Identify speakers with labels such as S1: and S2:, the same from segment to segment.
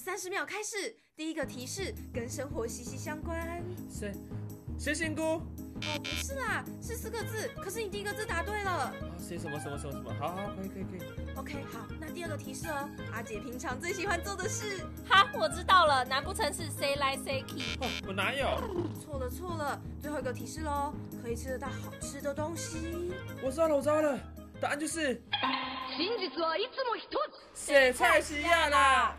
S1: 三十秒开始，第一个提示跟生活息息相关。
S2: 谁谁仙姑？
S1: 哦，不是啦，是四个字，可是你第一个字答对了。
S2: 啊，谁什么什么什么什么？好好，可以可以可以。
S1: OK，好，那第二个提示哦，阿姐平常最喜欢做的事。
S3: 哈，我知道了，难不成是谁来谁去？
S2: 哦，我哪有？
S1: 错了错了，最后一个提示喽，可以吃得到好吃的东西。
S2: 我知道了，我知道了，答案就是
S4: 真実はいつも一つ
S2: 雪菜西亚啦。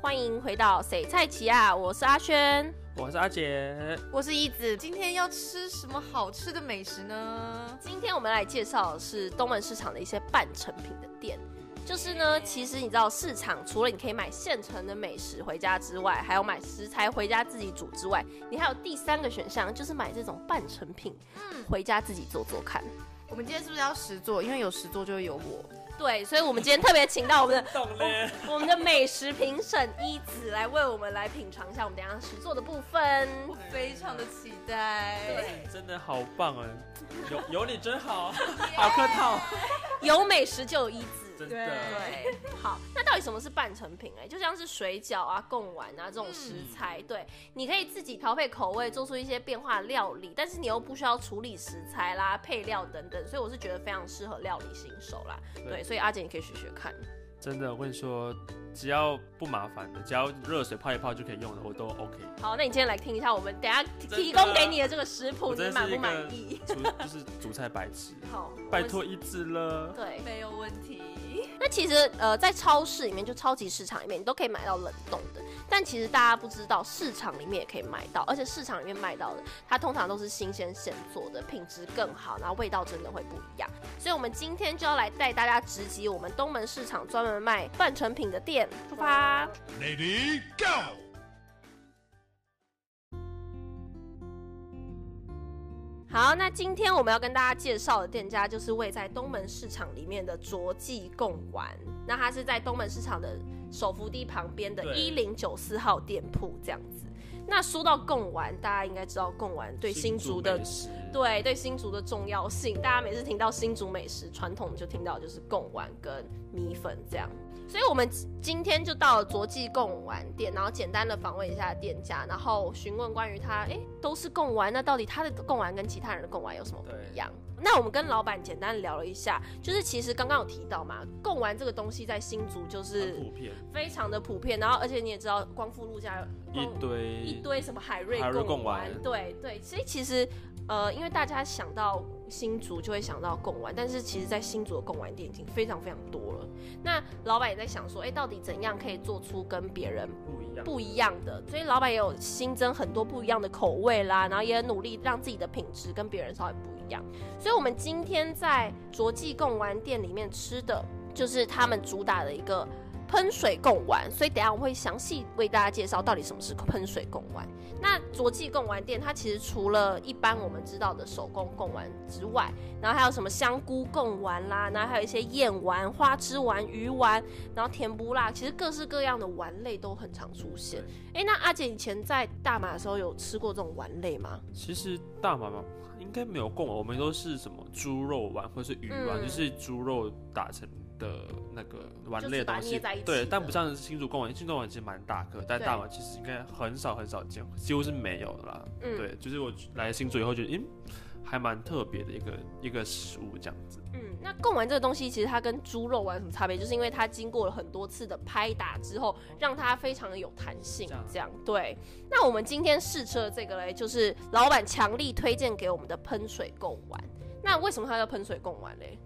S3: 欢迎回到谁菜奇啊，我是阿轩。
S2: 我是阿姐，
S5: 我是一子，今天要吃什么好吃的美食呢？
S3: 今天我们来介绍的是东门市场的一些半成品的店。就是呢，其实你知道，市场除了你可以买现成的美食回家之外，还有买食材回家自己煮之外，你还有第三个选项，就是买这种半成品，
S5: 嗯
S3: 回家自己做做看。
S5: 我们今天是不是要实做？因为有实做就会有我。
S3: 对，所以我们今天特别请到我们的
S2: 懂嘞。
S3: 我们的美食评审一子来为我们来品尝一下我们等一下实做的部 分。
S5: 我非常的期待。
S2: 你真的好棒哎，有 有你真好，好客套，
S3: 有美食就有一
S2: 真
S3: 子。
S2: 的。
S3: 对，好， 那到底什么是半成品、哎，就像是水饺啊、贡丸啊这种食材，对，你可以自己调配口味，做出一些变化的料理，但是你又不需要处理食材啦、配料等等，所以我是觉得非常适合料理新手啦。
S2: 对
S3: 对，所以阿姐你可以学学看。
S2: 真的，我跟你说，只要不麻烦的，只要热水泡一泡就可以用的，我都 OK。
S3: 好，那你今天来听一下我们等一下
S2: 的
S3: 提供给你的这个食谱，
S2: 我
S3: 你
S2: 真的
S3: 满
S2: 是一
S3: 不满
S2: 个
S3: 意？
S2: 煮就是煮菜白 痴，
S3: 好，我们
S2: 拜托。一致了。
S3: 对，
S5: 没有问题。
S3: 那其实呃，在超市里面，就超级市场里面，你都可以买到冷冻的。但其实大家不知道，市场里面也可以买到，而且市场里面卖到的，它通常都是新鲜现做的，品质更好，然后味道真的会不一样。所以我们今天就要来带大家直击我们东门市场专门卖半成品的店，出发！
S6: Lady, go!
S3: 好，那今天我们要跟大家介绍的店家就是位在东门市场里面的卓记贡丸，那它是在东门市场的手扶梯旁边的
S2: 对
S3: 一零九四号店铺这样子。那说到贡丸，大家应该知道贡丸对新竹的
S2: 美食，
S3: 对对新竹的重要性，大家每次听到新竹美食传统，就听到就是贡丸跟米粉这样。所以我们今天就到了卓记贡丸店，然后简单的访问一下店家，然后询问关于他，哎，都是贡丸，那到底他的贡丸跟其他人的贡丸有什么不一样？那我们跟老板简单聊了一下，就是其实刚刚有提到嘛，贡丸这个东西在新竹就是
S2: 很普遍，
S3: 非常的普遍，然后而且你也知道光复路家
S2: 嗯一堆
S3: 一堆什么海瑞
S2: 海瑞
S3: 贡
S2: 贡丸
S3: 丸，对对，所以其实呃，因为大家想到新竹就会想到贡丸，但是其实在新竹的贡丸店已经非常非常多了。那老板也在想说，哎、到底怎样可以做出跟别人
S2: 不一样。
S3: 不一样的？所以老板也有新增很多不一样的口味啦，然后也努力让自己的品质跟别人稍微不一样。所以我们今天在卓记贡丸店里面吃的就是他们主打的一个。喷水贡丸，所以等一下我会详细为大家介绍到底什么是喷水贡丸。那卓记贡丸店它其实除了一般我们知道的手工贡丸之外，然后还有什么香菇贡丸啦，然后还有一些燕丸、花枝丸、鱼丸，然后甜不辣，其实各式各样的丸类都很常出现。哎，那阿姐以前在大马的时候有吃过这种丸类吗？
S2: 其实大麻嘛应该没有贡丸，我们都是什么猪肉丸或是鱼丸，
S3: 嗯
S2: 就是猪肉打成的那个丸类的东
S3: 就是把它捏
S2: 西
S3: 在一起。的
S2: 对，但不像是新竹贡丸，新竹贡丸其实蛮大颗，但
S3: 对
S2: 大丸其实应该很少很少见，几乎是没有的啦。
S3: 嗯
S2: 对，就是我来新竹以后觉得，嗯，还蛮特别的一个一个食物这样子。
S3: 嗯，那贡丸这个东西其实它跟猪肉丸有什么差别？就是因为它经过了很多次的拍打之后，让它非常的有弹性
S2: 哦这样。
S3: 这样对。那我们今天试吃的这个嘞，就是老板强力推荐给我们的喷水贡丸。那为什么它叫喷水贡丸嘞？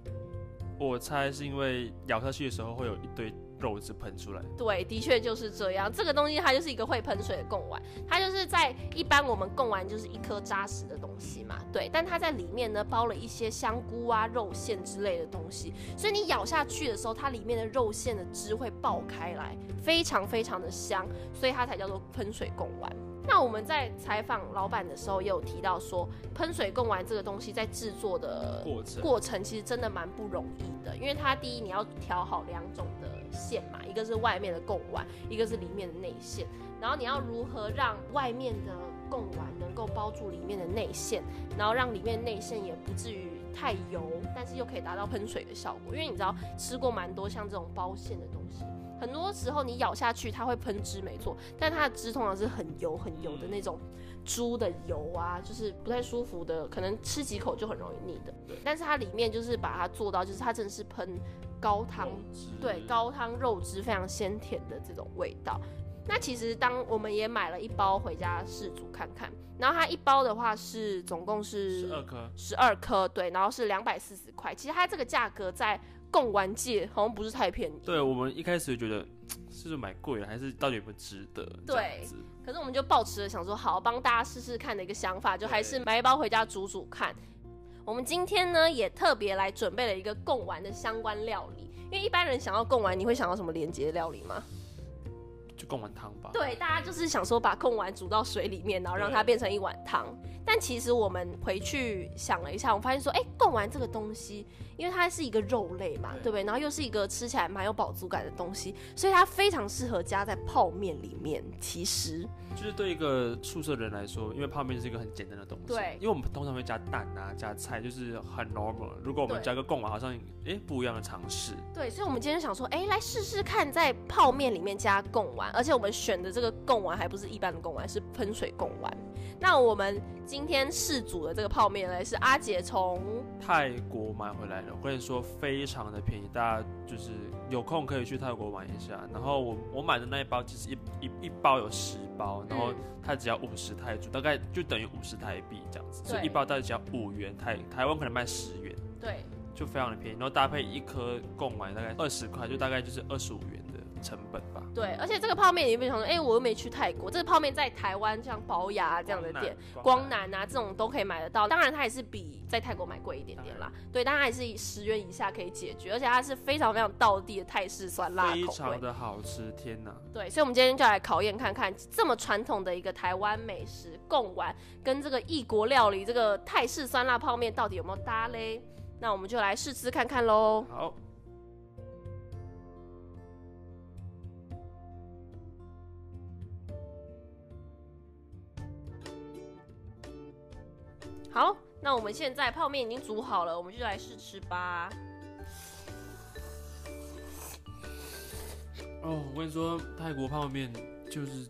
S2: 我猜是因为咬下去的时候会有一堆肉汁喷出来，
S3: 对，的确就是这样。这个东西它就是一个会喷水的贡丸，它就是在一般我们贡丸就是一颗扎实的东西嘛，对。但它在里面呢包了一些香菇啊、肉馅之类的东西，所以你咬下去的时候，它里面的肉馅的汁会爆开来，非常非常的香，所以它才叫做喷水贡丸。那我们在采访老板的时候，也有提到说，喷水贡丸这个东西在制作的
S2: 过程
S3: 过程其实真的蛮不容易的，因为它第一你要调好两种的馅嘛，一个是外面的贡丸，一个是里面的内馅。然后你要如何让外面的贡丸能够包住里面的内馅，然后让里面内馅也不至于太油，但是又可以达到喷水的效果。因为你知道吃过蛮多像这种包馅的东西，很多时候你咬下去它会喷汁，没错，但它的汁通常是很油很油的那种猪的油啊，就是不太舒服的，可能吃几口就很容易腻的。但是它里面就是把它做到，就是它真的是喷高汤
S2: 肉汁
S3: 对，高汤肉汁非常鲜甜的这种味道。那其实当我们也买了一包回家试煮看看，然后它一包的话是总共是
S2: 十二颗，
S3: 十二颗，对，然后是两百四十块。其实它这个价格在贡丸界好像不是太便宜，
S2: 对我们一开始觉得是不是买贵了，还是到底有没有值得？这样
S3: 对
S2: 子
S3: 可是我们就抱持了想说好帮大家试试看的一个想法，就还是买一包回家煮煮看。我们今天呢也特别来准备了一个贡丸的相关料理，因为一般人想要贡丸，你会想到什么连结料理吗？
S2: 就贡丸汤吧。
S3: 对，大家就是想说把贡丸煮到水里面，然后让它变成一碗汤。但其实我们回去想了一下，我们发现说，哎、贡丸这个东西，因为它是一个肉类嘛，
S2: 对
S3: 对不对？然后又是一个吃起来蛮有饱足感的东西，所以它非常适合加在泡面里面。其实，
S2: 就是对一个宿舍人来说，因为泡面是一个很简单的东西，
S3: 对
S2: 因为我们通常会加蛋啊、加菜，就是很 normal。如果我们
S3: 对
S2: 加个贡丸，好像诶不一样的尝试，
S3: 对，所以我们今天想说，哎、来试试看在泡面里面加贡丸，而且我们选的这个贡丸还不是一般的贡丸，是喷水贡丸。那我们今天试煮的这个泡面呢，是阿姐从
S2: 泰国买回来的，我跟你说非常的便宜，大家就是有空可以去泰国玩一下。然后我我买的那一包其实一一一包有十包，然后
S3: 嗯
S2: 它只要五十泰铢，大概就等于五十台币这样子，所以
S3: 对
S2: 一包大概只要五元泰，台湾可能卖十元，
S3: 嗯对
S2: 就非常的便宜。然后搭配一颗贡丸大概二十块，就大概就是二十五元的成本吧。
S3: 对，而且这个泡面你不想说，哎、我又没去泰国，这个泡面在台湾像宝雅、啊、这样的店，光
S2: 南
S3: 南啊这种都可以买得到。当然，它也是比在泰国买贵一点点啦，对，但它还是十元以下可以解决，而且它是非常非常道地的泰式酸辣
S2: 非
S3: 口味
S2: 常。的好吃，天哪！
S3: 对，所以我们今天就来考验看看，这么传统的一个台湾美食贡丸，跟这个异国料理这个泰式酸辣泡面到底有没有搭嘞？那我们就来试吃看看喽。
S2: 好，
S3: 好，那我们现在泡面已经煮好了，我们就来试吃吧。
S2: 哦，我跟你说，泰国泡面就是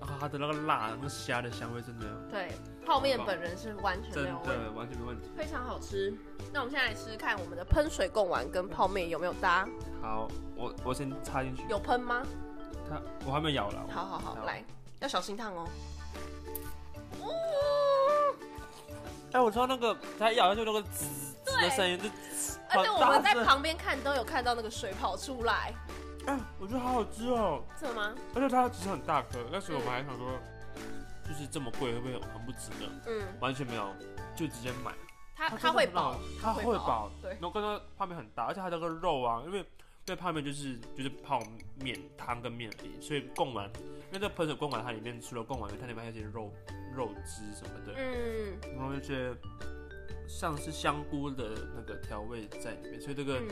S2: 啊，它的那个辣，那个虾的香味真的
S3: 对，泡面本人是完全
S2: 真
S3: 没有问题，
S2: 的完全没问题。
S3: 非常好吃。那我们现在来吃吃看我们的喷水贡丸跟泡面有没有搭，
S2: 好，我我先插进去，
S3: 有喷吗？
S2: 它我还没有咬了。
S3: 好好好，
S2: 好
S3: 来，要小心烫哦。
S2: 哎，我知道那个它咬下去那个滋滋的声音，就滋
S3: 而且我们在，
S2: 好大声
S3: 旁边看都有看到那个水跑出来，
S2: 哎，我觉得好好吃哦，
S3: 真的吗？
S2: 而且它其实很大颗，但是我们还想说，就是这么贵会不会很不值得？
S3: 嗯，
S2: 完全没有，就直接买。
S3: 它啊它会饱，，
S2: 它
S3: 会
S2: 会
S3: 饱
S2: 饱。
S3: 对
S2: 然后跟它泡面很搭，而且它那个肉啊，因为因为泡面就是就是泡面汤跟面而已，所以贡丸，因为这喷水贡丸它里面除了贡丸，它里面还有一些肉肉汁什么的，
S3: 嗯
S2: 然后一些像是香菇的那个调味在里面，所以这个
S3: 嗯，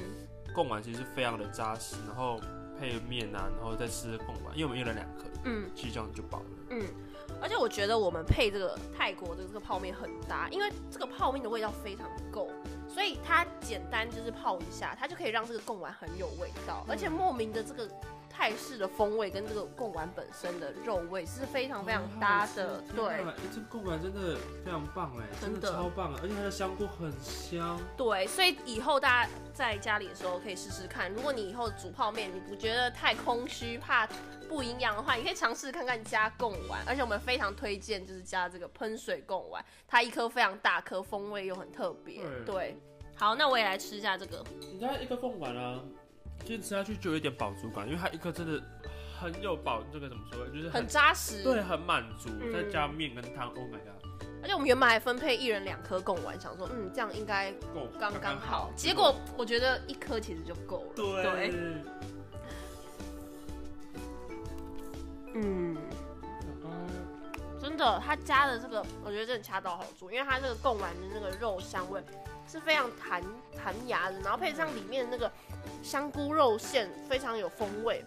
S2: 贡丸其实是非常的扎实，然后配面啊，然后再吃贡丸，因为我们用了两颗，
S3: 嗯。
S2: 其实这样就饱了。
S3: 嗯，而且我觉得我们配这个泰国的这个泡面很搭，因为这个泡面的味道非常够，所以它简单就是泡一下，它就可以让这个贡丸很有味道，而且莫名的这个泰式的风味跟这个贡丸本身的肉味是非常非常
S2: 嗯
S3: 搭的，对。
S2: 哎这贡丸真的非常棒哎，
S3: 真的真的超
S2: 棒，而且它的香菇很香。
S3: 对，所以以后大家在家里的时候可以试试看。如果你以后煮泡面，你不觉得太空虚、怕不营养的话，你可以尝试看看加贡丸。而且我们非常推荐就是加这个喷水贡丸，它一颗非常大颗，风味又很特别。
S2: 对
S3: 对，好，那我也来吃一下这个。
S2: 你知道一颗凤丸啊，就是吃下去就有一点饱足感，因为它一颗真的很有饱，这个怎么说，就是
S3: 很扎实，
S2: 对，很满足，
S3: 嗯
S2: 再加面跟汤，Oh my god，
S3: 而且我们原本还分配一人两颗贡丸，想说，嗯，这样应该
S2: 够
S3: 刚刚好。结果我觉得一颗其实就够了。
S2: 对，
S3: 嗯，真的，它加的这个，我觉得真的恰到好处，因为它这个贡丸的那个肉香味是非常弹弹牙的，然后配上里面那个香菇肉馅非常有风味。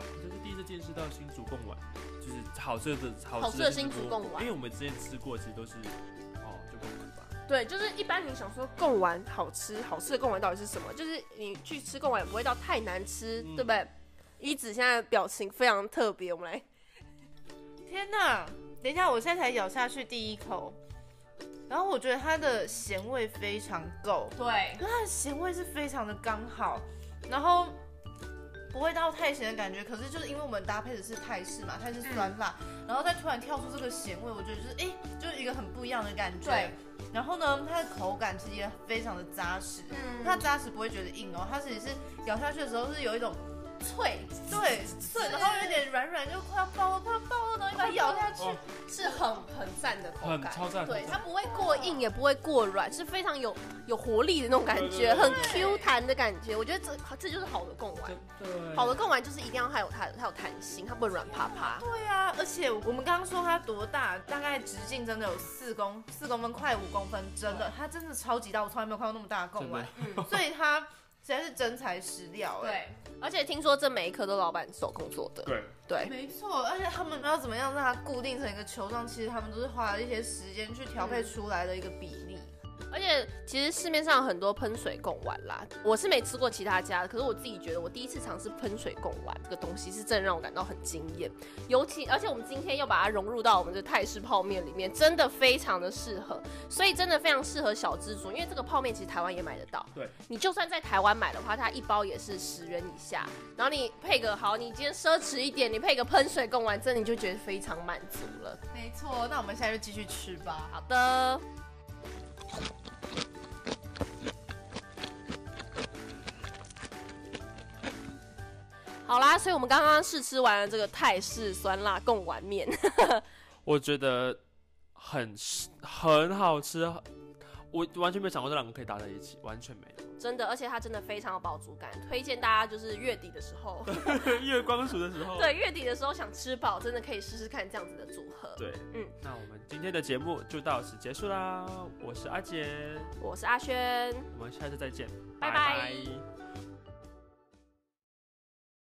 S2: 就是第一次见识到新竹贡丸，就是好吃的好
S3: 好
S2: 吃
S3: 吃
S2: 的
S3: 的新竹贡丸
S2: 因为我们之前吃过，其实都是哦就贡丸吧。
S3: 对，就是一般你想说贡丸好吃，好吃的贡丸到底是什么？就是你去吃贡丸也不会到太难吃，
S2: 嗯
S3: 对不对？一子现在的表情非常特别，我们来，
S5: 天哪！等一下，我现在才咬下去第一口，然后我觉得它的咸味非常够，
S3: 对，
S5: 它的咸味是非常的刚好，然后不会到太咸的感觉。可是就是因为我们搭配的是泰式嘛，泰式酸辣，然后再突然跳出这个咸味，我觉得就是哎，就是一个很不一样的感觉。
S3: 对。
S5: 然后呢，它的口感其实也非常的扎实，
S3: 嗯
S5: 它扎实不会觉得硬哦，它其实是咬下去的时候是有一种脆，对脆，然后有点软软，就快要爆了，快要爆了，然后你把它咬下去，
S2: 哦
S3: 是很很赞的口
S2: 很
S3: 感，
S2: 超赞
S3: 对
S2: 很，赞
S3: 它不会过硬，也不会过软，是非常有有活力的那种感觉，
S2: 对对对
S3: 很 Q 弹的感觉。我觉得这这就是好的贡丸，
S2: 对
S3: 好的贡丸就是一定要它有它它有弹性，它不会软趴趴。
S5: 对啊，而且我们刚刚说它多大，大概直径真的有四公四公分，快五公分，真的，它真的超级大，我从来没有看过那么大的贡
S2: 真
S5: 丸
S2: 的，
S5: 所以它实在是真材实料，哎，，
S3: 而且听说这每一颗都老板手工做的，
S2: 对，
S3: 对，
S5: 没错，而且他们要怎么样让它固定成一个球状，其实他们都是花了一些时间去调配出来的一个比例。
S3: 而且其实市面上有很多喷水贡丸啦，我是没吃过其他家的，可是我自己觉得我第一次尝试喷水贡丸这个东西是真的让我感到很惊艳，尤其而且我们今天又把它融入到我们的泰式泡面里面，真的非常的适合，所以真的非常适合小资族，因为这个泡面其实台湾也买得到，
S2: 对，
S3: 你就算在台湾买的话，它一包也是十元以下，然后你配个好，你今天奢侈一点，你配个喷水贡丸，真的你就觉得非常满足了。
S5: 没错，那我们现在就继续吃吧。
S3: 好的，好啦，所以我们刚刚试吃完了这个泰式酸辣贡丸面，
S2: 我觉得很很好吃，我完全没有想过这两个可以搭在一起，完全没有。
S3: 真的，而且它真的非常有饱足感，推荐大家就是月底的时候，
S2: 月光族的时候，
S3: 对月底的时候想吃饱，真的可以试试看这样子的组合。
S2: 对，
S3: 嗯
S2: 嗯，那我们今天的节目就到此结束啦。我是阿杰，
S3: 我是阿轩。
S2: 我们下次再见，
S3: 拜拜
S2: 拜